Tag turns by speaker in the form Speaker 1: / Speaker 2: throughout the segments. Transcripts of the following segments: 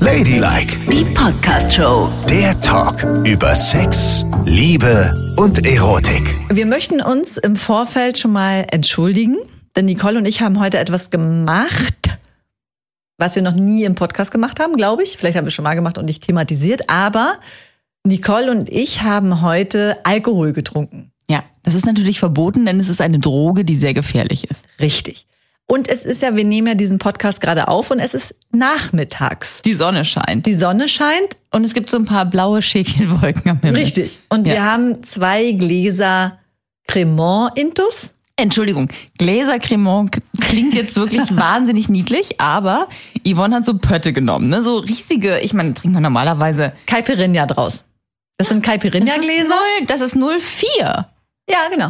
Speaker 1: Ladylike,
Speaker 2: Die Podcast-Show.
Speaker 1: der Talk über Sex, Liebe und Erotik.
Speaker 3: Wir möchten uns im Vorfeld schon mal entschuldigen, denn Nicole und ich haben heute etwas gemacht, was wir noch nie im Podcast gemacht haben, glaube ich. Vielleicht haben wir schon mal gemacht und nicht thematisiert, aber Nicole und ich haben heute Alkohol getrunken.
Speaker 4: Ja, das ist natürlich verboten, denn es ist eine Droge, die sehr gefährlich ist.
Speaker 3: Richtig. Und es ist ja, wir nehmen ja diesen Podcast gerade auf und es ist nachmittags.
Speaker 4: Die Sonne scheint.
Speaker 3: Die Sonne scheint.
Speaker 4: Und es gibt so ein paar blaue Schäfchenwolken am Himmel.
Speaker 3: Richtig. Und wir
Speaker 4: Genau. Ja.
Speaker 3: haben zwei Gläser Cremant Intus.
Speaker 4: Entschuldigung, Gläsercremant klingt jetzt wirklich wahnsinnig niedlich, aber Yvonne hat so Pötte genommen, ne? So riesige, ich meine, trinkt man normalerweise.
Speaker 3: Caipirinha draus. Das sind
Speaker 4: Das ist
Speaker 3: Caipirinha-Gläser.
Speaker 4: null- Das ist 04.
Speaker 3: Ja, genau.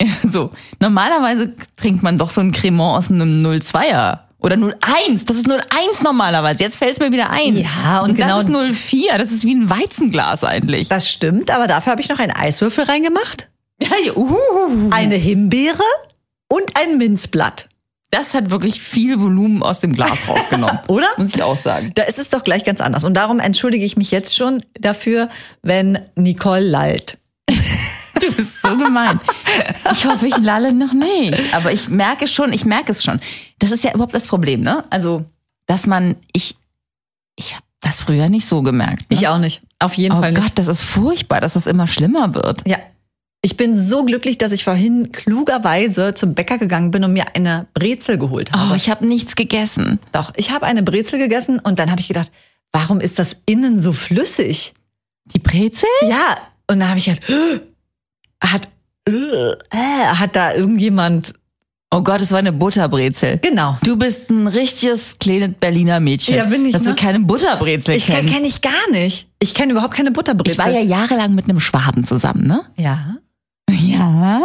Speaker 4: Ja, So, normalerweise trinkt man doch so ein Cremant aus einem 02er. Oder 01, das ist 01 normalerweise. Jetzt fällt es mir wieder ein.
Speaker 3: Ja, und genau-
Speaker 4: das ist 04, das ist wie ein Weizenglas eigentlich.
Speaker 3: Das stimmt, aber dafür habe ich noch einen Eiswürfel reingemacht,
Speaker 4: Ja, ja, uhuhu.
Speaker 3: eine Himbeere und ein Minzblatt.
Speaker 4: Das hat wirklich viel Volumen aus dem Glas rausgenommen.
Speaker 3: Oder?
Speaker 4: Muss ich auch sagen.
Speaker 3: Da ist es doch gleich ganz anders. Und darum entschuldige ich mich jetzt schon dafür, wenn Nicole lallt.
Speaker 4: Du bist so gemein. Ich hoffe, ich lalle noch nicht. Aber ich merke schon, ich merke es schon. Das ist ja überhaupt das Problem, ne? Also, dass man, ich, ich habe das früher nicht so gemerkt. Ne?
Speaker 3: Ich auch nicht. Auf jeden
Speaker 4: Oh
Speaker 3: Fall nicht.
Speaker 4: Gott, das ist furchtbar, dass das immer schlimmer wird.
Speaker 3: Ja. Ich bin so glücklich, dass ich vorhin klugerweise zum Bäcker gegangen bin und mir eine Brezel geholt habe.
Speaker 4: Oh, ich habe nichts gegessen.
Speaker 3: Doch, ich habe eine Brezel gegessen und dann habe ich gedacht, warum ist das innen so flüssig?
Speaker 4: Die Brezel?
Speaker 3: Ja, und dann habe ich gedacht, hat, äh, hat da irgendjemand,
Speaker 4: Oh Gott, es war eine Butterbrezel.
Speaker 3: genau,
Speaker 4: Du bist ein richtiges kleines Berliner Mädchen.
Speaker 3: Ja, bin ich,
Speaker 4: Dass
Speaker 3: ne?
Speaker 4: du keine Butterbrezel
Speaker 3: Ich
Speaker 4: kennst.
Speaker 3: kenne ich gar nicht. Ich kenne überhaupt keine Butterbrezel.
Speaker 4: ich war ja jahrelang mit einem Schwaben zusammen, ne?
Speaker 3: ja.
Speaker 4: Ja.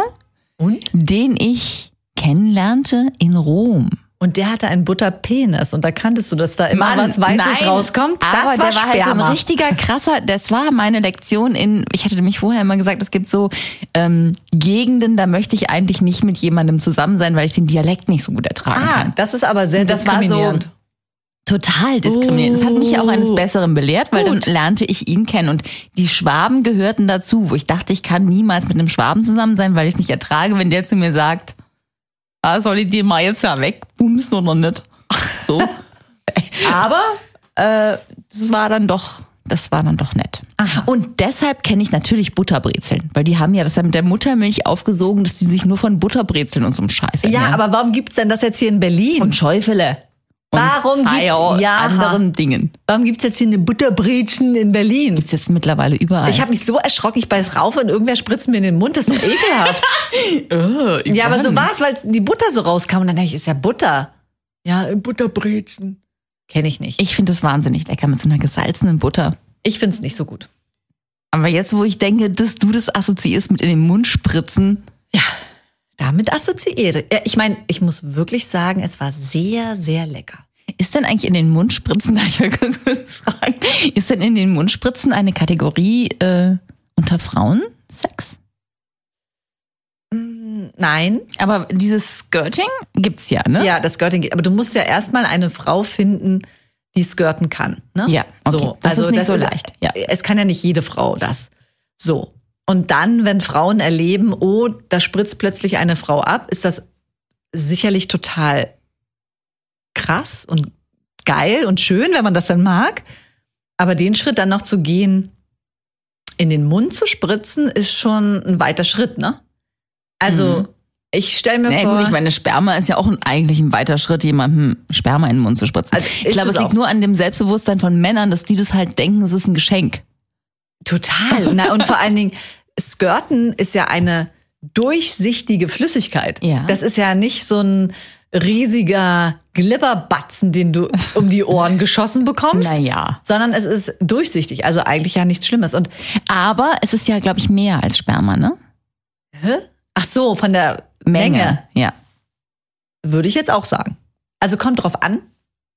Speaker 3: Und?
Speaker 4: Den ich kennenlernte in Rom.
Speaker 3: Und der hatte einen Butterpenis und da kanntest du, dass da immer
Speaker 4: Mann,
Speaker 3: was Weißes
Speaker 4: nein.
Speaker 3: rauskommt. Das
Speaker 4: Aber
Speaker 3: war
Speaker 4: der war halt so ein
Speaker 3: Sperma.
Speaker 4: richtiger krasser, das war meine Lektion in, ich hatte nämlich vorher immer gesagt, es gibt so ähm, Gegenden, da möchte ich eigentlich nicht mit jemandem zusammen sein, weil ich den Dialekt nicht so gut ertragen
Speaker 3: ah,
Speaker 4: kann.
Speaker 3: das ist aber sehr
Speaker 4: Das war so-
Speaker 3: diskriminierend.
Speaker 4: Total diskriminierend. Das hat mich ja auch eines Besseren belehrt, weil
Speaker 3: Oh. Gut.
Speaker 4: dann lernte ich ihn kennen. Und die Schwaben gehörten dazu, wo ich dachte, ich kann niemals mit einem Schwaben zusammen sein, weil ich es nicht ertrage, wenn der zu mir sagt, ah, soll ich dir mal jetzt ja wegbumsen oder nicht? So. Aber äh, das war dann doch, das war dann doch nett.
Speaker 3: Aha.
Speaker 4: Und deshalb kenne ich natürlich Butterbrezeln, weil die haben ja das ja mit der Muttermilch aufgesogen, dass die sich nur von Butterbrezeln und so einem Scheiß
Speaker 3: ja,
Speaker 4: ernähren.
Speaker 3: aber warum gibt's denn das jetzt hier in Berlin?
Speaker 4: und Schäufele. Und
Speaker 3: Warum gibt-
Speaker 4: Eier und
Speaker 3: Ja.
Speaker 4: anderen Dingen.
Speaker 3: warum gibt's jetzt hier eine Butterbretchen in Berlin?
Speaker 4: Ist jetzt mittlerweile überall.
Speaker 3: Ich habe mich so erschrocken, ich beiß rauf und irgendwer spritzt mir in den Mund. Das ist so ekelhaft. ja, aber so war's, weil die Butter so rauskam. Und dann dachte ich, ist ja Butter. Ja, Butterbretchen. Kenne ich nicht.
Speaker 4: Ich finde das wahnsinnig lecker mit so einer gesalzenen Butter.
Speaker 3: Ich find's nicht so gut.
Speaker 4: Aber jetzt, wo ich denke, dass du das assoziierst mit in den Mund spritzen,
Speaker 3: damit assoziiere. Ja, Ich meine, ich muss wirklich sagen, es war sehr, sehr lecker.
Speaker 4: ist denn eigentlich in den Mund spritzen, darf ich mal ganz kurz fragen, ist denn in den Mund spritzen eine Kategorie äh, unter Frauen Sex?
Speaker 3: Mm, Nein,
Speaker 4: Aber dieses Skirting gibt's ja, ne?
Speaker 3: ja, das Skirting geht. Aber du musst ja erstmal eine Frau finden, die skirten kann. Ne?
Speaker 4: Ja, okay.
Speaker 3: so.
Speaker 4: Das ist nicht so leicht, ja.
Speaker 3: Es kann ja nicht jede Frau das. So. Und dann, wenn Frauen erleben, oh, da spritzt plötzlich eine Frau ab, ist das sicherlich total krass und geil und schön, wenn man das dann mag. Aber den Schritt dann noch zu gehen, in den Mund zu spritzen, ist schon ein weiter Schritt, ne? Also, ich stelle mir
Speaker 4: Mhm. Na
Speaker 3: vor.
Speaker 4: gut, ich meine, Sperma ist ja auch ein, eigentlich ein weiter Schritt, jemandem hm, Sperma in den Mund zu spritzen.
Speaker 3: Also
Speaker 4: ich
Speaker 3: ist
Speaker 4: glaube,
Speaker 3: es
Speaker 4: es liegt
Speaker 3: auch.
Speaker 4: nur an dem Selbstbewusstsein von Männern, dass die das halt denken, es ist ein Geschenk.
Speaker 3: Total. Na, und vor allen Dingen, Skirten ist ja eine durchsichtige Flüssigkeit.
Speaker 4: Ja.
Speaker 3: Das ist ja nicht so ein riesiger Glibberbatzen, den du um die Ohren geschossen bekommst.
Speaker 4: Naja.
Speaker 3: Sondern es ist durchsichtig, also eigentlich ja nichts Schlimmes. Und
Speaker 4: Aber es ist ja, glaube ich, mehr als Sperma, ne?
Speaker 3: ach so, von der Menge,
Speaker 4: Ja.
Speaker 3: würde ich jetzt auch sagen. Also kommt drauf an.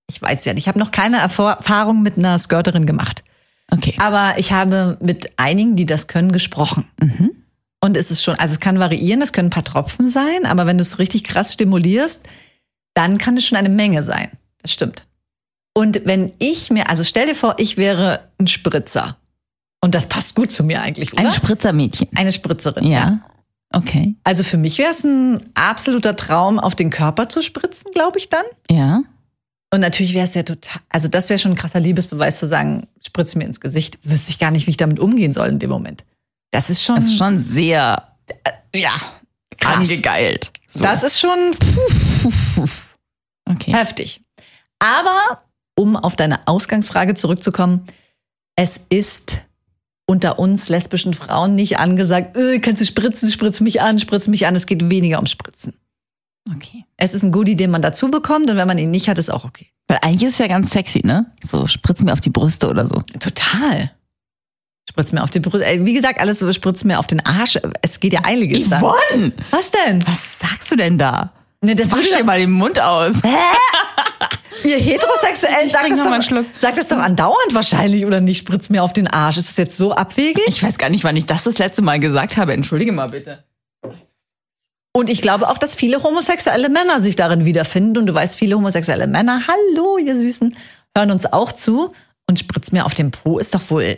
Speaker 3: Ich weiß ja nicht. Ich habe noch keine Erfor- Erfahrung mit einer Skirterin gemacht.
Speaker 4: Okay.
Speaker 3: Aber ich habe mit einigen, die das können, gesprochen.
Speaker 4: Mhm.
Speaker 3: Und es ist schon, also es kann variieren, es können ein paar Tropfen sein, aber wenn du es richtig krass stimulierst, dann kann es schon eine Menge sein. Das stimmt. Und wenn ich mir, also stell dir vor, ich wäre ein Spritzer. Und das passt gut zu mir eigentlich, oder?
Speaker 4: Ein Spritzermädchen.
Speaker 3: Eine Spritzerin.
Speaker 4: Ja. Okay.
Speaker 3: Also für mich wäre es ein absoluter Traum, auf den Körper zu spritzen, glaube ich dann.
Speaker 4: Ja.
Speaker 3: Und natürlich wäre es ja total, also das wäre schon ein krasser Liebesbeweis zu sagen, spritz mir ins Gesicht. Wüsste ich gar nicht, wie ich damit umgehen soll in dem Moment. Das ist schon,
Speaker 4: Das ist schon sehr
Speaker 3: ja, krass.
Speaker 4: angegeilt. So.
Speaker 3: Das ist schon
Speaker 4: okay.
Speaker 3: Heftig. Aber um auf deine Ausgangsfrage zurückzukommen, es ist unter uns lesbischen Frauen nicht angesagt, äh, kannst du spritzen, spritz mich an, spritz mich an. Es geht weniger um Spritzen.
Speaker 4: okay.
Speaker 3: Es ist ein Goodie, den man dazu bekommt und wenn man ihn nicht hat, ist auch okay.
Speaker 4: Weil eigentlich ist es ja ganz sexy, ne? So spritz mir auf die Brüste oder so.
Speaker 3: Total. Spritz mir auf den Brust. Wie gesagt, alles so spritz mir auf den Arsch. Es geht ja einiges dann.
Speaker 4: Yvonne!
Speaker 3: Was denn?
Speaker 4: Was sagst du denn da?
Speaker 3: Ne, das
Speaker 4: Wasch
Speaker 3: würde
Speaker 4: dir mal den Mund aus.
Speaker 3: Ihr Heterosexuellen sagt
Speaker 4: trinke
Speaker 3: es,
Speaker 4: noch mal einen
Speaker 3: doch,
Speaker 4: Schluck.
Speaker 3: sagt es doch andauernd wahrscheinlich oder nicht, spritz mir auf den Arsch. Ist das jetzt so abwegig?
Speaker 4: Ich weiß gar nicht, wann ich das das letzte Mal gesagt habe. Entschuldige mal bitte.
Speaker 3: Und ich glaube auch, dass viele homosexuelle Männer sich darin wiederfinden. Und du weißt, viele homosexuelle Männer, hallo, ihr Süßen, hören uns auch zu. Und Spritz mir auf den Po ist doch wohl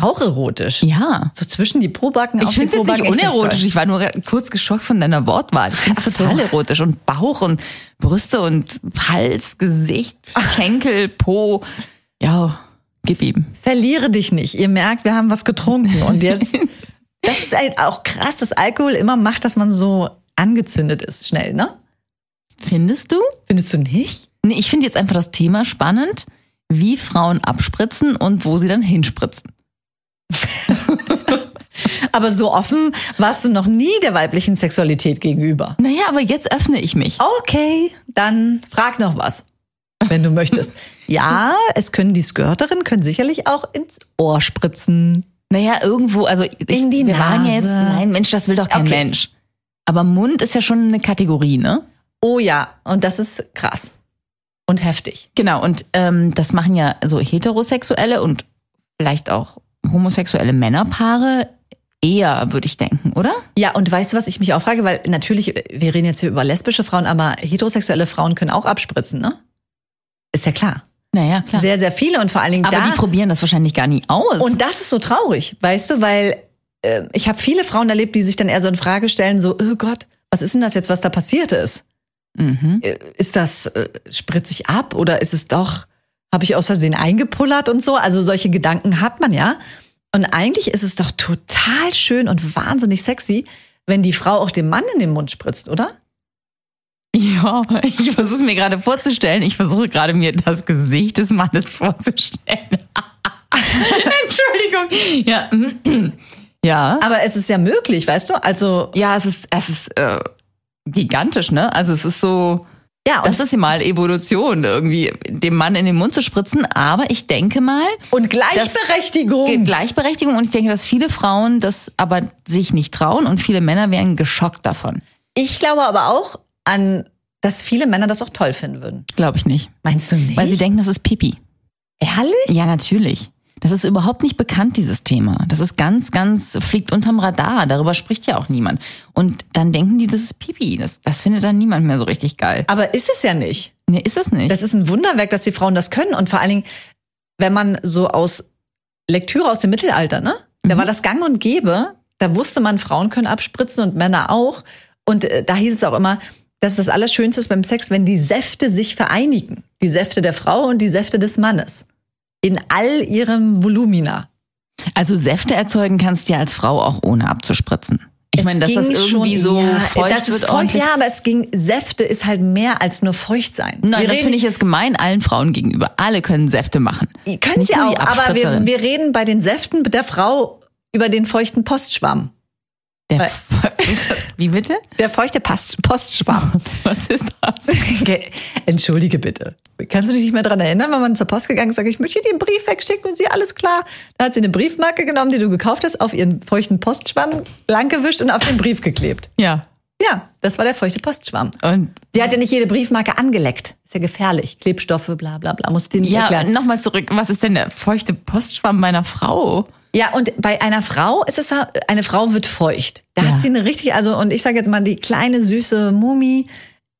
Speaker 3: auch erotisch.
Speaker 4: Ja.
Speaker 3: So zwischen die Probacken auf
Speaker 4: Ich finde
Speaker 3: die
Speaker 4: es jetzt nicht
Speaker 3: Probacken, ich find's
Speaker 4: unerotisch.
Speaker 3: toll.
Speaker 4: Ich war nur kurz geschockt von deiner Wortwahl. Ich finde
Speaker 3: Ach
Speaker 4: es
Speaker 3: so.
Speaker 4: total erotisch. Und Bauch und Brüste und Hals, Gesicht, Schenkel, Po. Ja, gib ihm.
Speaker 3: Verliere dich nicht. Ihr merkt, wir haben was getrunken. Und jetzt, das ist halt auch krass, dass Alkohol immer macht, dass man so angezündet ist schnell, ne?
Speaker 4: Findest du?
Speaker 3: Findest du nicht?
Speaker 4: Nee, ich finde jetzt einfach das Thema spannend, wie Frauen abspritzen und wo sie dann hinspritzen.
Speaker 3: Aber so offen warst du noch nie der weiblichen Sexualität gegenüber.
Speaker 4: Naja, aber jetzt öffne ich mich.
Speaker 3: Okay, dann frag noch was, wenn du möchtest. Ja, es können die Skirterinnen können sicherlich auch ins Ohr spritzen.
Speaker 4: Naja, irgendwo, also ich,
Speaker 3: In die
Speaker 4: wir waren ja jetzt,
Speaker 3: Nase.
Speaker 4: nein, Mensch, das will doch kein
Speaker 3: Okay.
Speaker 4: Mensch. Aber Mund ist ja schon eine Kategorie, ne?
Speaker 3: Oh ja, und das ist krass und heftig.
Speaker 4: Genau, und ähm, das machen ja so heterosexuelle und vielleicht auch homosexuelle Männerpaare eher, würde ich denken, oder?
Speaker 3: Ja, und weißt du, was ich mich auch frage? Weil natürlich, wir reden jetzt hier über lesbische Frauen, aber heterosexuelle Frauen können auch abspritzen, ne? Ist ja klar.
Speaker 4: Naja, klar.
Speaker 3: Sehr, sehr viele und vor allen Dingen
Speaker 4: aber
Speaker 3: da.
Speaker 4: die probieren das wahrscheinlich gar nie aus.
Speaker 3: Und das ist so traurig, weißt du, weil äh, ich habe viele Frauen erlebt, die sich dann eher so in Frage stellen, so, oh Gott, was ist denn das jetzt, was da passiert ist?
Speaker 4: mhm.
Speaker 3: Äh, Ist das äh, spritzig ab oder ist es doch, habe ich aus Versehen eingepullert und so? Also solche Gedanken hat man ja. Und eigentlich ist es doch total schön und wahnsinnig sexy, wenn die Frau auch dem Mann in den Mund spritzt, oder?
Speaker 4: Ja, ich versuche es mir gerade vorzustellen. Ich versuche gerade mir das Gesicht des Mannes vorzustellen. Entschuldigung. Ja. ja.
Speaker 3: Aber es ist ja möglich, weißt du? Also,
Speaker 4: Ja, es ist, es ist äh, gigantisch, ne? Also es ist so,
Speaker 3: ja, und,
Speaker 4: das ist ja mal Evolution, irgendwie dem Mann in den Mund zu spritzen. Aber ich denke mal,
Speaker 3: und
Speaker 4: das-
Speaker 3: Gleichberechtigung.
Speaker 4: Ge- Gleichberechtigung und ich denke, dass viele Frauen das aber sich nicht trauen und viele Männer wären geschockt davon.
Speaker 3: Ich glaube aber auch an, dass viele Männer das auch toll finden würden.
Speaker 4: Glaube ich nicht.
Speaker 3: Meinst du nicht?
Speaker 4: Weil sie denken, das ist Pipi.
Speaker 3: Ehrlich?
Speaker 4: Ja, natürlich. Das ist überhaupt nicht bekannt, dieses Thema. Das ist ganz, ganz, fliegt unterm Radar. Darüber spricht ja auch niemand. Und dann denken die, das ist Pipi. Das, das findet dann niemand mehr so richtig geil.
Speaker 3: Aber ist es ja nicht.
Speaker 4: Nee, ist es nicht.
Speaker 3: Das ist ein Wunderwerk, dass die Frauen das können. Und vor allen Dingen, wenn man so aus Lektüre aus dem Mittelalter, ne?
Speaker 4: Mhm.
Speaker 3: Da war das gang und gäbe. Da wusste man, Frauen können abspritzen und Männer auch. Und äh, da hieß es auch immer, dass das Allerschönste ist beim Sex, wenn die Säfte sich vereinigen. Die Säfte der Frau und die Säfte des Mannes. In all ihrem Volumina.
Speaker 4: Also Säfte erzeugen kannst du ja als Frau auch ohne abzuspritzen. Ich
Speaker 3: Es
Speaker 4: meine, dass das
Speaker 3: ging
Speaker 4: irgendwie so
Speaker 3: ja,
Speaker 4: feucht
Speaker 3: das
Speaker 4: wird
Speaker 3: ist feucht,
Speaker 4: ordentlich.
Speaker 3: ja, aber es ging, Säfte ist halt mehr als nur feucht sein.
Speaker 4: Nein,
Speaker 3: Wir
Speaker 4: das
Speaker 3: reden-
Speaker 4: finde ich jetzt gemein allen Frauen gegenüber. Alle können Säfte machen.
Speaker 3: Können
Speaker 4: Nicht
Speaker 3: sie
Speaker 4: nur
Speaker 3: auch,
Speaker 4: die
Speaker 3: aber wir,
Speaker 4: Abspritzerin.
Speaker 3: wir reden bei den Säften der Frau über den feuchten Postschwamm.
Speaker 4: Der, wie bitte?
Speaker 3: Der feuchte Pas- Postschwamm.
Speaker 4: Was ist das?
Speaker 3: Okay. Entschuldige bitte. Kannst du dich nicht mehr daran erinnern, wenn man zur Post gegangen ist, sagt, ich möchte den Brief wegschicken und sie, alles klar. Da hat sie eine Briefmarke genommen, die du gekauft hast, auf ihren feuchten Postschwamm lang gewischt und auf den Brief geklebt.
Speaker 4: Ja.
Speaker 3: Ja, das war der feuchte Postschwamm.
Speaker 4: Und
Speaker 3: Die hat ja nicht jede Briefmarke angeleckt. Ist ja gefährlich. Klebstoffe, bla bla bla. Muss dir nicht
Speaker 4: ja,
Speaker 3: erklären.
Speaker 4: nochmal zurück. Was ist denn der feuchte Postschwamm meiner Frau?
Speaker 3: Ja, und bei einer Frau ist es ja- eine Frau wird feucht. Da
Speaker 4: Ja.
Speaker 3: hat sie eine richtig, also und ich sage jetzt mal, die kleine süße Mumi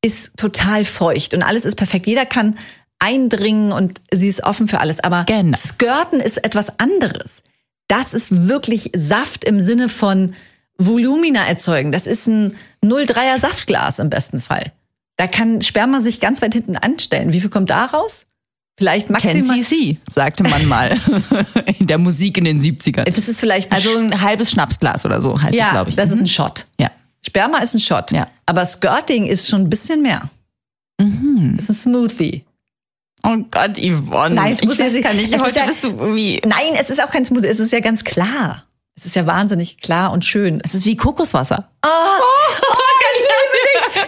Speaker 3: ist total feucht und alles ist perfekt. Jeder kann eindringen und sie ist offen für alles. Aber
Speaker 4: Genau.
Speaker 3: Skirten ist etwas anderes. Das ist wirklich Saft im Sinne von Volumina erzeugen. Das ist ein 0,3er Saftglas im besten Fall. Da kann Sperma sich ganz weit hinten anstellen. Wie viel kommt da raus? Vielleicht
Speaker 4: 10
Speaker 3: maximal.
Speaker 4: cc, sagte man mal in der Musik in den 70ern.
Speaker 3: Das ist vielleicht ein
Speaker 4: Also ein halbes Schnapsglas oder so heißt es,
Speaker 3: ja,
Speaker 4: glaube ich.
Speaker 3: das ist
Speaker 4: Mhm.
Speaker 3: ein Shot.
Speaker 4: ja.
Speaker 3: Sperma ist ein Shot.
Speaker 4: Ja.
Speaker 3: Aber Skirting ist schon ein bisschen mehr. Mhm. Ist ein Smoothie.
Speaker 4: Oh Gott, Yvonne.
Speaker 3: Nein, es
Speaker 4: ich
Speaker 3: muss ja
Speaker 4: weiß
Speaker 3: sie-
Speaker 4: gar
Speaker 3: es
Speaker 4: nicht.
Speaker 3: ist
Speaker 4: Heute
Speaker 3: ja-
Speaker 4: bist du irgendwie.
Speaker 3: Nein, es ist auch kein Smoothie. Es ist ja ganz klar. Es ist ja wahnsinnig klar und schön.
Speaker 4: Es ist wie Kokoswasser.
Speaker 3: Oh,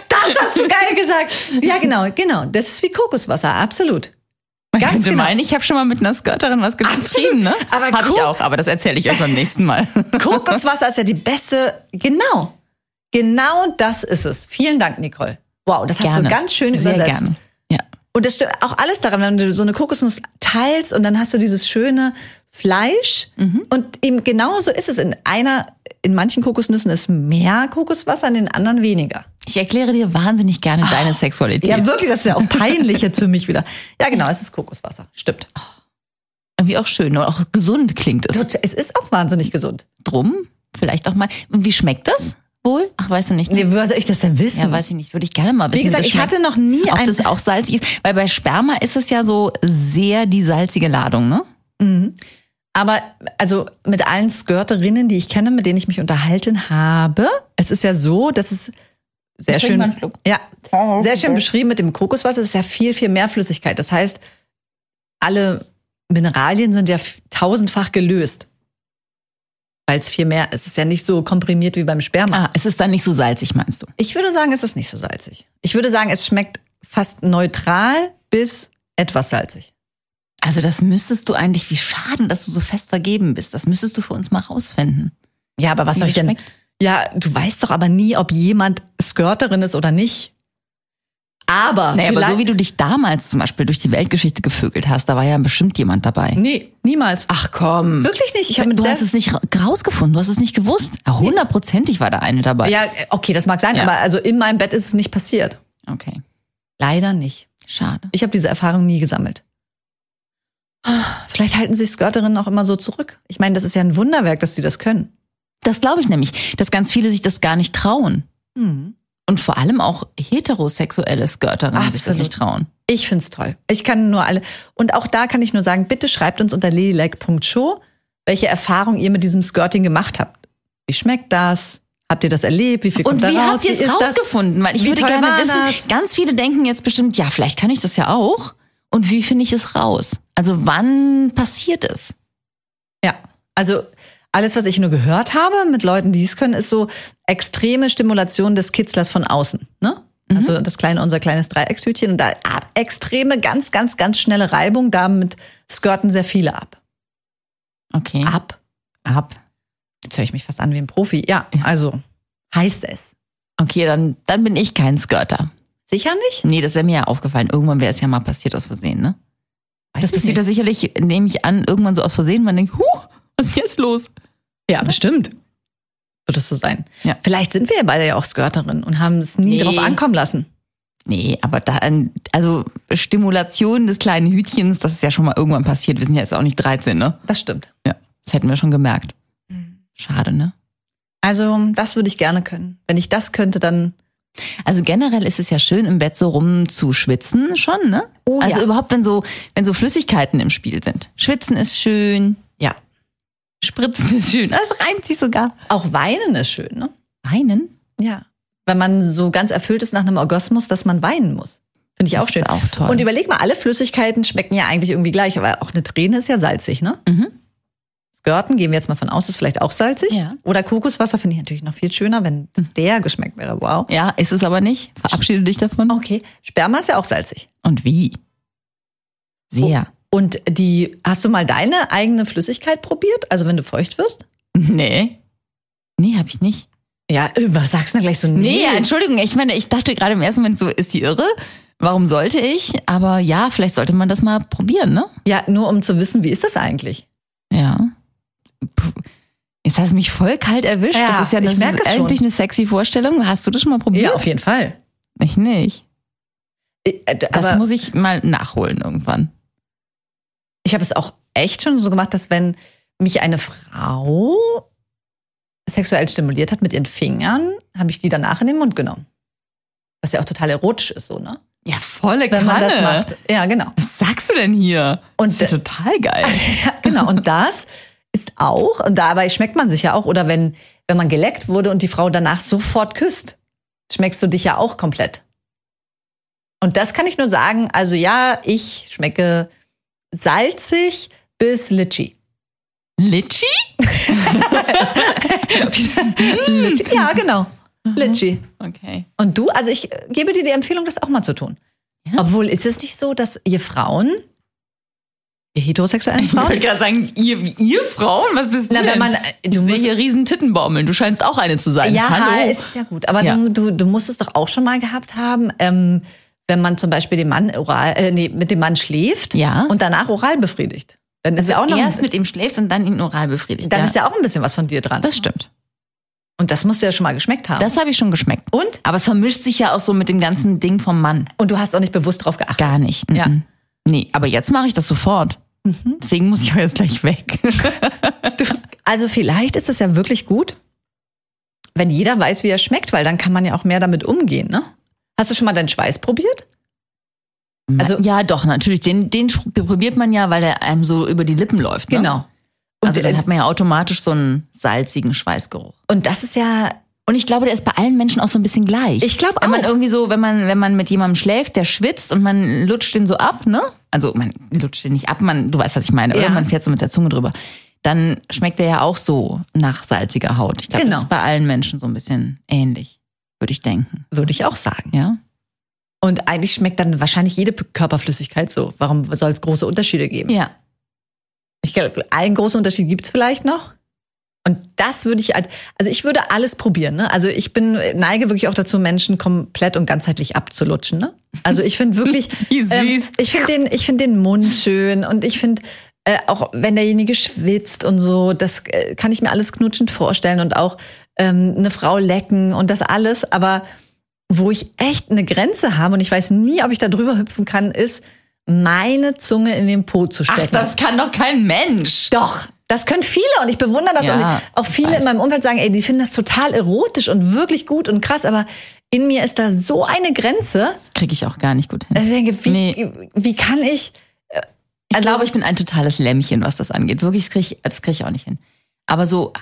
Speaker 3: Das hast du geil gesagt. Ja, genau, genau. Das ist wie Kokoswasser, absolut.
Speaker 4: Man
Speaker 3: Ganz
Speaker 4: könnte
Speaker 3: genau.
Speaker 4: meinen, ich habe schon mal mit einer Skirterin was getrieben, ne?
Speaker 3: Aber
Speaker 4: habe ich
Speaker 3: Ko-
Speaker 4: auch, aber das erzähle ich euch beim nächsten Mal.
Speaker 3: Kokoswasser ist ja die beste. Genau. Genau das ist es. Vielen Dank, Nicole. Wow, das hast du ganz schön
Speaker 4: Sehr
Speaker 3: übersetzt.
Speaker 4: gerne. Ja.
Speaker 3: Und das stimmt auch alles daran, wenn du so eine Kokosnuss teilst und dann hast du dieses schöne Fleisch.
Speaker 4: Mhm.
Speaker 3: Und eben genauso ist es. In einer, in manchen Kokosnüssen ist mehr Kokoswasser, in den anderen weniger.
Speaker 4: Ich erkläre dir wahnsinnig gerne deine Sexualität.
Speaker 3: Ah, Ja, wirklich, das ist ja auch peinlich jetzt für mich wieder. Ja, genau, es ist Kokoswasser. Stimmt.
Speaker 4: Irgendwie auch schön und auch gesund klingt es.
Speaker 3: Tot- Es ist auch wahnsinnig gesund.
Speaker 4: Drum, vielleicht auch mal. Und wie schmeckt das wohl? Ach, weißt du nicht. ne?
Speaker 3: Nee, woher soll ich das denn wissen?
Speaker 4: Ja, weiß ich nicht. Würde ich gerne mal wissen.
Speaker 3: Wie gesagt,
Speaker 4: das
Speaker 3: ich
Speaker 4: schmeckt.
Speaker 3: hatte noch nie
Speaker 4: ob
Speaker 3: ein.
Speaker 4: das auch salzig ist. Weil bei Sperma ist es ja so sehr die salzige Ladung, ne?
Speaker 3: Aber also mit allen Skirterinnen, die ich kenne, mit denen ich mich unterhalten habe, es ist ja so, dass es sehr
Speaker 4: Ich trinke mal einen
Speaker 3: schön,
Speaker 4: Schluck.
Speaker 3: ja,
Speaker 4: Ah,
Speaker 3: sehr schön beschrieben mit dem Kokoswasser. Es ist ja viel, viel mehr Flüssigkeit. Das heißt, alle Mineralien sind ja f- tausendfach gelöst. Weil es viel mehr ist. Es ist ja nicht so komprimiert wie beim Sperma.
Speaker 4: Ah, es ist dann nicht so salzig, meinst du?
Speaker 3: Ich würde sagen, es ist nicht so salzig. Ich würde sagen, es schmeckt fast neutral bis etwas salzig.
Speaker 4: Also das müsstest du eigentlich, wie schaden, dass du so fest vergeben bist. Das müsstest du für uns mal rausfinden.
Speaker 3: Ja, aber was
Speaker 4: Wie
Speaker 3: soll ich denn?
Speaker 4: schmeckt?
Speaker 3: Ja, du weißt doch aber nie, ob jemand Skirterin ist oder nicht. Aber,
Speaker 4: Naja, aber
Speaker 3: vielleicht-
Speaker 4: so wie du dich damals zum Beispiel durch die Weltgeschichte gevögelt hast, da war ja bestimmt jemand dabei.
Speaker 3: nee, niemals.
Speaker 4: Ach komm.
Speaker 3: Wirklich nicht. Ich habe mit
Speaker 4: du
Speaker 3: sehr-
Speaker 4: hast es nicht ra- rausgefunden, du hast es nicht gewusst. Ja, Hundertprozentig war da eine dabei.
Speaker 3: ja, okay, das mag sein,
Speaker 4: Ja.
Speaker 3: aber also in meinem Bett ist es nicht passiert.
Speaker 4: Okay,
Speaker 3: Leider nicht.
Speaker 4: schade.
Speaker 3: Ich habe diese Erfahrung nie gesammelt. Vielleicht halten sich Skirterinnen auch immer so zurück. Ich meine, das ist ja ein Wunderwerk, dass sie das können.
Speaker 4: Das glaube ich nämlich, dass ganz viele sich das gar nicht trauen. Und vor allem auch heterosexuelle Skirterinnen sich das
Speaker 3: Absolut.
Speaker 4: nicht trauen.
Speaker 3: Ich find's toll. Ich kann nur alle. Und auch da kann ich nur sagen, bitte schreibt uns unter ladylike.show, welche Erfahrung ihr mit diesem Skirting gemacht habt. Wie schmeckt das? Habt ihr das erlebt? Wie viel
Speaker 4: Und
Speaker 3: kommt da
Speaker 4: wie
Speaker 3: raus?
Speaker 4: habt ihr es
Speaker 3: ist das?
Speaker 4: rausgefunden? Weil ich
Speaker 3: Wie
Speaker 4: würde
Speaker 3: toll
Speaker 4: gerne
Speaker 3: war
Speaker 4: wissen,
Speaker 3: das?
Speaker 4: ganz viele denken jetzt bestimmt, ja, vielleicht kann ich das ja auch. Und wie finde ich es raus? Also wann passiert es?
Speaker 3: Ja, also alles, was ich nur gehört habe mit Leuten, die es können, ist so extreme Stimulation des Kitzlers von außen. Ne? Also das kleine, unser kleines Dreieckshütchen. Und da ab, extreme, ganz, ganz, ganz schnelle Reibung. Damit skirten sehr viele ab.
Speaker 4: Okay.
Speaker 3: Ab.
Speaker 4: Ab.
Speaker 3: Jetzt höre ich mich fast an wie ein Profi. Ja, also heißt es.
Speaker 4: Okay, dann, dann bin ich kein Skirter.
Speaker 3: Sicher nicht?
Speaker 4: Nee, das wäre mir ja aufgefallen. Irgendwann wäre es ja mal passiert aus Versehen, ne? das
Speaker 3: ich
Speaker 4: passiert
Speaker 3: nicht.
Speaker 4: ja sicherlich, nehme ich an, irgendwann so aus Versehen. Man denkt, huh, was ist jetzt los?
Speaker 3: Ja, bestimmt. Wird es so sein.
Speaker 4: Ja.
Speaker 3: Vielleicht sind wir ja beide ja auch Skirterinnen und haben es nie
Speaker 4: Nee.
Speaker 3: drauf ankommen lassen.
Speaker 4: Nee, aber da, also Stimulation des kleinen Hütchens, das ist ja schon mal irgendwann passiert. Wir sind ja jetzt auch nicht 13, ne?
Speaker 3: Das stimmt.
Speaker 4: Ja, das hätten wir schon gemerkt.
Speaker 3: Mhm.
Speaker 4: Schade, ne?
Speaker 3: Also, das würde ich gerne können. Wenn ich das könnte, dann.
Speaker 4: Also generell ist es ja schön, im Bett so rumzuschwitzen, schon, ne?
Speaker 3: Oh,
Speaker 4: also
Speaker 3: ja.
Speaker 4: überhaupt, wenn so, wenn so Flüssigkeiten im Spiel sind. Schwitzen ist schön,
Speaker 3: Ja.
Speaker 4: Spritzen ist schön. Das reimt sich sogar.
Speaker 3: Auch weinen ist schön, ne?
Speaker 4: Weinen?
Speaker 3: Ja. Wenn man so ganz erfüllt ist nach einem Orgasmus, dass man weinen muss. Finde ich
Speaker 4: Das
Speaker 3: auch schön.
Speaker 4: ist auch toll.
Speaker 3: Und überleg mal, alle Flüssigkeiten schmecken ja eigentlich irgendwie gleich, aber auch eine Träne ist ja salzig, ne?
Speaker 4: Mhm.
Speaker 3: Skirten, gehen wir jetzt mal von aus, ist vielleicht auch salzig.
Speaker 4: Ja.
Speaker 3: Oder Kokoswasser finde ich natürlich noch viel schöner, wenn das der geschmeckt wäre. Wow.
Speaker 4: Ja, ist es aber nicht. Verabschiede dich davon.
Speaker 3: Okay. Sperma ist ja auch salzig.
Speaker 4: Und wie? Sehr.
Speaker 3: Und die, hast du mal deine eigene Flüssigkeit probiert? Also wenn du feucht wirst?
Speaker 4: Nee. Nee, hab ich nicht.
Speaker 3: Ja, äh, was sagst du denn gleich so?
Speaker 4: Nee, Entschuldigung, ich meine, ich dachte gerade im ersten Moment so, ist die irre? Warum sollte ich? Aber ja, vielleicht sollte man das mal probieren, ne?
Speaker 3: Ja, nur um zu wissen, wie ist das eigentlich?
Speaker 4: Ja. Puh. Jetzt hast du mich voll kalt erwischt.
Speaker 3: Ja,
Speaker 4: das ist ja
Speaker 3: ich
Speaker 4: das
Speaker 3: merke
Speaker 4: ist
Speaker 3: es schon.
Speaker 4: eigentlich eine sexy Vorstellung. Hast du das schon mal probiert?
Speaker 3: jeden Fall.
Speaker 4: Ich nicht.
Speaker 3: Äh, d-
Speaker 4: Das
Speaker 3: aber
Speaker 4: muss ich mal nachholen irgendwann.
Speaker 3: ich habe es auch echt schon so gemacht, dass wenn mich eine Frau sexuell stimuliert hat mit ihren Fingern, habe ich die danach in den Mund genommen. Was ja auch total erotisch ist, so, ne?
Speaker 4: Ja, volle
Speaker 3: Wenn man das
Speaker 4: Kanne.
Speaker 3: macht. Äh. Ja, genau.
Speaker 4: Was sagst du denn hier?
Speaker 3: Und
Speaker 4: Das ist ja total geil.
Speaker 3: Ja, genau. Und das ist auch, und dabei schmeckt man sich ja auch, oder wenn, wenn man geleckt wurde und die Frau danach sofort küsst, schmeckst du dich ja auch komplett. Und das kann ich nur sagen, also ja, ich schmecke salzig bis litchi.
Speaker 4: Litschi? Hm.
Speaker 3: litchi. Ja, genau. Litchi.
Speaker 4: Okay.
Speaker 3: Und du, also ich äh, gebe dir die Empfehlung, das auch mal zu tun.
Speaker 4: Ja.
Speaker 3: Obwohl, ist es nicht so, dass ihr Frauen, ihr heterosexuellen
Speaker 4: Ich
Speaker 3: Frauen,
Speaker 4: wollte gerade sagen, ihr, ihr Frauen? Was bist
Speaker 3: Na,
Speaker 4: du
Speaker 3: wenn
Speaker 4: denn?
Speaker 3: man-
Speaker 4: ich
Speaker 3: du
Speaker 4: sehe
Speaker 3: musst-
Speaker 4: hier riesen Titten baumeln. Du scheinst auch eine zu sein.
Speaker 3: Ja,
Speaker 4: Hallo.
Speaker 3: ist ja gut. Aber
Speaker 4: Ja.
Speaker 3: Du, du, du musst es doch auch schon mal gehabt haben, ähm, wenn man zum Beispiel den Mann oral, äh, nee, mit dem Mann schläft
Speaker 4: Ja.
Speaker 3: und danach oral befriedigt. Dann ist ja auch noch,
Speaker 4: Erst
Speaker 3: ein,
Speaker 4: mit ihm schläfst und dann ihn oral befriedigt.
Speaker 3: dann ist ja auch ein bisschen was von dir dran.
Speaker 4: das stimmt.
Speaker 3: und das musst du ja schon mal geschmeckt haben.
Speaker 4: Das habe ich schon geschmeckt.
Speaker 3: Oh. und?
Speaker 4: Aber es vermischt sich ja auch so mit dem ganzen Ding vom Mann.
Speaker 3: Und du hast auch nicht bewusst drauf geachtet.
Speaker 4: Gar nicht.
Speaker 3: Ja. Mhm.
Speaker 4: Mhm. Nee, aber jetzt mache ich das sofort. Deswegen muss ich auch jetzt gleich weg.
Speaker 3: Also vielleicht ist es ja wirklich gut, wenn jeder weiß, wie er schmeckt, weil dann kann man ja auch mehr damit umgehen, ne? Hast du schon mal deinen Schweiß probiert? Also-
Speaker 4: Also, ja, doch, natürlich. Den, den probiert man ja, weil er einem so über die Lippen läuft. Ne?
Speaker 3: Genau. Und,
Speaker 4: also dann hat man ja automatisch so einen salzigen Schweißgeruch.
Speaker 3: und das ist ja,
Speaker 4: Und ich glaube, der ist bei allen Menschen auch so ein bisschen gleich.
Speaker 3: Ich glaub
Speaker 4: Wenn man
Speaker 3: auch.
Speaker 4: irgendwie so, wenn man, wenn man mit jemandem schläft, der schwitzt und man lutscht den so ab, ne? Also man lutscht den nicht ab, man, du weißt, was ich meine,
Speaker 3: Ja.
Speaker 4: oder? Man fährt so mit der Zunge drüber. Dann schmeckt der ja auch so nach salziger Haut. Ich glaube,
Speaker 3: Genau.
Speaker 4: das ist bei allen Menschen so ein bisschen ähnlich, würde ich denken.
Speaker 3: würde ich auch sagen.
Speaker 4: Ja?
Speaker 3: Und eigentlich schmeckt dann wahrscheinlich jede P- Körperflüssigkeit so. Warum soll es große Unterschiede geben?
Speaker 4: Ja.
Speaker 3: Ich glaube, einen großen Unterschied gibt es vielleicht noch. Und das würde ich als, also ich würde alles probieren. Ne? Also ich bin neige wirklich auch dazu, Menschen komplett und ganzheitlich abzulutschen. Ne? Also ich finde wirklich,
Speaker 4: Wie süß.
Speaker 3: Ähm, ich finde den, ich finde den Mund schön und ich finde äh, auch, wenn derjenige schwitzt und so, das äh, kann ich mir alles knutschend vorstellen und auch ähm, eine Frau lecken und das alles. Aber wo ich echt eine Grenze habe und ich weiß nie, ob ich da drüber hüpfen kann, ist meine Zunge in den Po zu stecken.
Speaker 4: Ach, das kann doch kein Mensch.
Speaker 3: Doch. Das können viele und ich bewundere das.
Speaker 4: Ja,
Speaker 3: und auch
Speaker 4: ich
Speaker 3: viele
Speaker 4: weiß.
Speaker 3: in meinem Umfeld sagen, ey, die finden das total erotisch und wirklich gut und krass, aber in mir ist da so eine Grenze,
Speaker 4: Kriege ich auch gar nicht gut hin.
Speaker 3: dass ich denke, wie,
Speaker 4: Nee.
Speaker 3: wie kann ich.
Speaker 4: Ich
Speaker 3: Also-
Speaker 4: glaube, ich bin ein totales Lämmchen, was das angeht. Wirklich, das kriege ich, das krieg ich auch nicht hin. Aber so,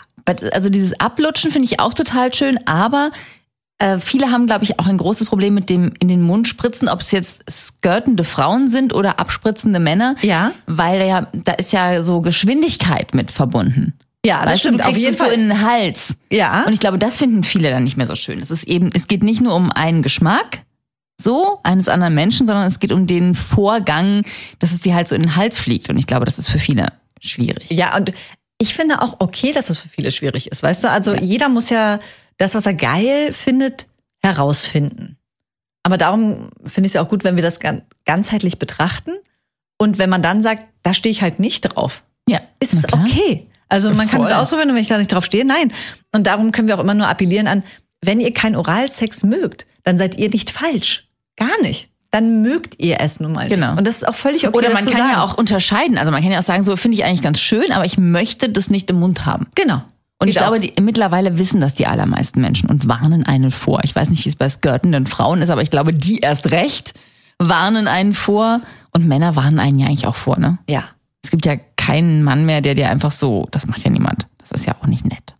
Speaker 4: also dieses Ablutschen finde ich auch total schön, aber äh, viele haben, glaube ich, auch ein großes Problem mit dem in den Mund spritzen, ob es jetzt skirtende Frauen sind oder abspritzende Männer.
Speaker 3: Ja.
Speaker 4: Weil da ja, da ist ja so Geschwindigkeit mit verbunden.
Speaker 3: Ja, das
Speaker 4: weißt
Speaker 3: stimmt,
Speaker 4: du,
Speaker 3: auf
Speaker 4: du kriegst
Speaker 3: jeden
Speaker 4: es so
Speaker 3: Fall.
Speaker 4: in den Hals.
Speaker 3: Ja.
Speaker 4: Und ich glaube, das finden viele dann nicht mehr so schön. Es ist eben, es geht nicht nur um einen Geschmack, so eines anderen Menschen, sondern es geht um den Vorgang, dass es dir halt so in den Hals fliegt. Und ich glaube, das ist für viele schwierig.
Speaker 3: Ja, und ich finde auch okay, dass das für viele schwierig ist, weißt du? Also jeder muss ja das, was er geil findet, herausfinden. Aber darum finde ich es ja auch gut, wenn wir das gan- ganzheitlich betrachten und wenn man dann sagt, da stehe ich halt nicht drauf.
Speaker 4: Ja,
Speaker 3: ist
Speaker 4: na
Speaker 3: es
Speaker 4: klar.
Speaker 3: okay. Also man kann es
Speaker 4: Voll.
Speaker 3: ausprobieren und wenn ich da nicht drauf stehe, nein. Und darum können wir auch immer nur appellieren an, wenn ihr keinen Oralsex mögt, dann seid ihr nicht falsch. Gar nicht. Dann mögt ihr es nun mal.
Speaker 4: Genau.
Speaker 3: Nicht. Und das ist auch völlig okay.
Speaker 4: Oder
Speaker 3: das
Speaker 4: man
Speaker 3: zu
Speaker 4: kann
Speaker 3: sagen.
Speaker 4: ja auch unterscheiden. Also man kann ja auch sagen, so finde ich eigentlich ganz schön, aber ich möchte das nicht im Mund haben.
Speaker 3: Genau.
Speaker 4: Und ich
Speaker 3: Geht
Speaker 4: glaube, die, mittlerweile wissen das die allermeisten Menschen und warnen einen vor. Ich weiß nicht, wie es bei skirtenden Frauen ist, aber ich glaube, die erst recht warnen einen vor. Und Männer warnen einen ja eigentlich auch vor, ne?
Speaker 3: auch. Ja.
Speaker 4: Es gibt ja keinen Mann mehr, der dir einfach so, das macht ja niemand. Das ist ja auch nicht nett.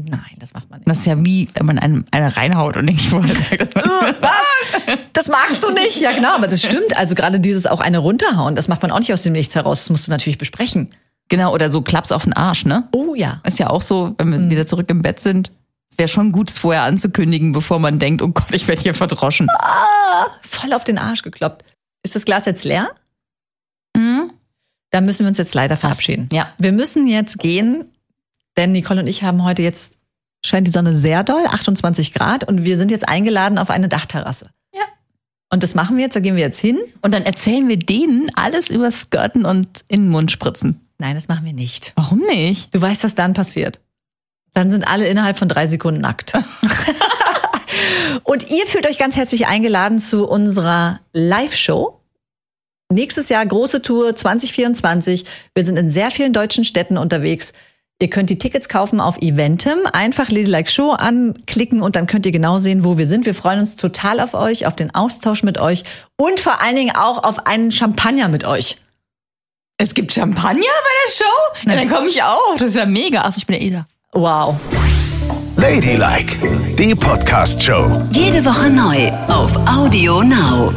Speaker 3: Nein, das macht man nicht.
Speaker 4: Das ist ja wie, wenn man einem eine reinhaut und nicht vorher sagt, dass man
Speaker 3: Was? Das magst du nicht. Ja, genau, aber das stimmt. Also gerade dieses auch eine runterhauen, das macht man auch nicht aus dem Nichts heraus. Das musst du natürlich besprechen.
Speaker 4: Genau, oder so Klaps auf den Arsch, ne?
Speaker 3: Oh ja.
Speaker 4: Ist ja auch so, wenn wir wieder zurück im Bett sind. Es wäre schon gut, es vorher anzukündigen, bevor man denkt, oh Gott, ich werde hier verdroschen.
Speaker 3: Voll auf den Arsch gekloppt. Ist das Glas jetzt leer?
Speaker 4: Mhm.
Speaker 3: Da müssen wir uns jetzt leider verabschieden.
Speaker 4: Ja.
Speaker 3: Wir müssen jetzt gehen, denn Nicole und ich haben heute jetzt, scheint die Sonne sehr doll, 28 Grad, und wir sind jetzt eingeladen auf eine Dachterrasse.
Speaker 4: Ja.
Speaker 3: Und das machen wir jetzt, da gehen wir jetzt hin.
Speaker 4: Und dann erzählen wir denen alles über Skirten und in den Mund spritzen.
Speaker 3: Nein, das machen wir nicht.
Speaker 4: Warum nicht?
Speaker 3: Du weißt, was dann passiert. Dann sind alle innerhalb von drei Sekunden nackt. Und ihr fühlt euch ganz herzlich eingeladen zu unserer Live-Show. Nächstes Jahr große Tour 2024. Wir sind in sehr vielen deutschen Städten unterwegs. Ihr könnt die Tickets kaufen auf Eventim. Einfach Lady Like Show anklicken und dann könnt ihr genau sehen, wo wir sind. Wir freuen uns total auf euch, auf den Austausch mit euch und vor allen Dingen auch auf einen Champagner mit euch.
Speaker 4: Es gibt Champagner bei der Show? Ja, dann komme ich auch. Das ist ja mega. Achso, ich bin ja eh da.
Speaker 3: Wow.
Speaker 1: Ladylike, die Podcast-Show.
Speaker 2: Jede Woche neu auf Audio Now.